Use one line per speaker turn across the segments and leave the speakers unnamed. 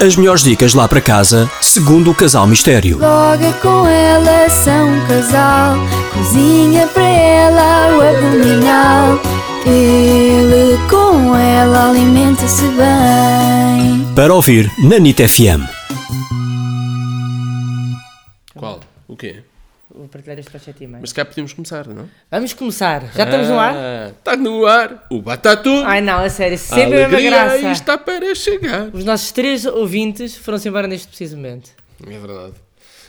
As melhores dicas lá para casa, segundo o Casal Mistério.
Logo é com ela são um casal, cozinha para ela o abdominal. Ele com ela alimenta-se bem.
Para ouvir na NIT FM.
Qual? O quê?
Vou partilhar este pochete e meio.
Mas se calhar podemos começar, não?
Vamos começar. Já estamos no ar?
Ah, Está no ar o Batatu!
Ai não, a sério,
A
sempre a mesma
alegria
graça.
está para chegar!
Os nossos três ouvintes foram-se embora neste preciso momento.
É verdade.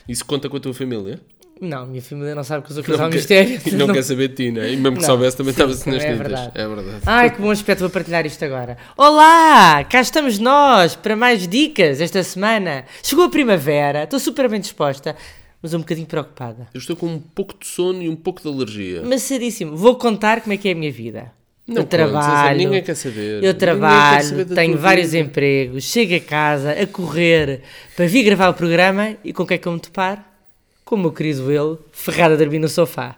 Isso conta com a tua família?
Não, minha família não sabe que eu sou casal
quer-
mistério.
e não, quer saber de ti, né? E mesmo que
Não.
soubesse também
Sim,
estava-se nas
também é
tintas.
verdade.
É verdade.
Ai, que bom aspecto, vou partilhar isto agora. Olá, cá estamos nós para mais dicas esta semana. Chegou a primavera, estou super bem disposta, mas um bocadinho preocupada.
Eu estou com um pouco de sono e um pouco de alergia.
Massadíssimo, vou contar como é que é a minha vida.
Não
eu
contes, é,
trabalho,
ninguém quer saber. Ninguém
eu
quer
trabalho,
saber da
tenho
tua
vários
vida.
empregos, chego a casa a correr para vir gravar o programa e com quem é que eu me topar? Com o meu querido ele, ferrado a dormir no sofá.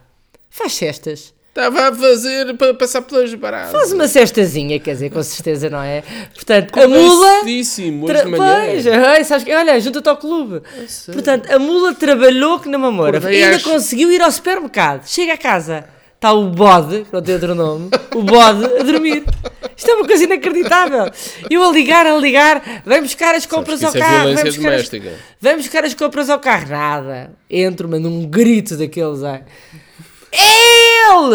Faz cestas.
Estava a fazer para passar pelas baratas.
Faz uma cestazinha, quer dizer, com certeza, não é? Portanto, a
assim?
mula.
Cedíssimo, hoje
Tra...
de manhã.
Pois, ai, sabes que- olha, junta-te ao clube. Portanto, a mula trabalhou que não mamora.
Acordei
Ainda
às-
conseguiu ir ao supermercado. Chega a casa, está o bode, que não tem outro nome, o bode a dormir. Isto é uma coisa inacreditável. Eu a ligar, a ligar, vem buscar as compras
que
ao
isso é
carro.
violência
vem buscar as-
doméstica.
Vem buscar as compras ao carro. Nada. Entro, mando um grito daqueles. ai. É ele!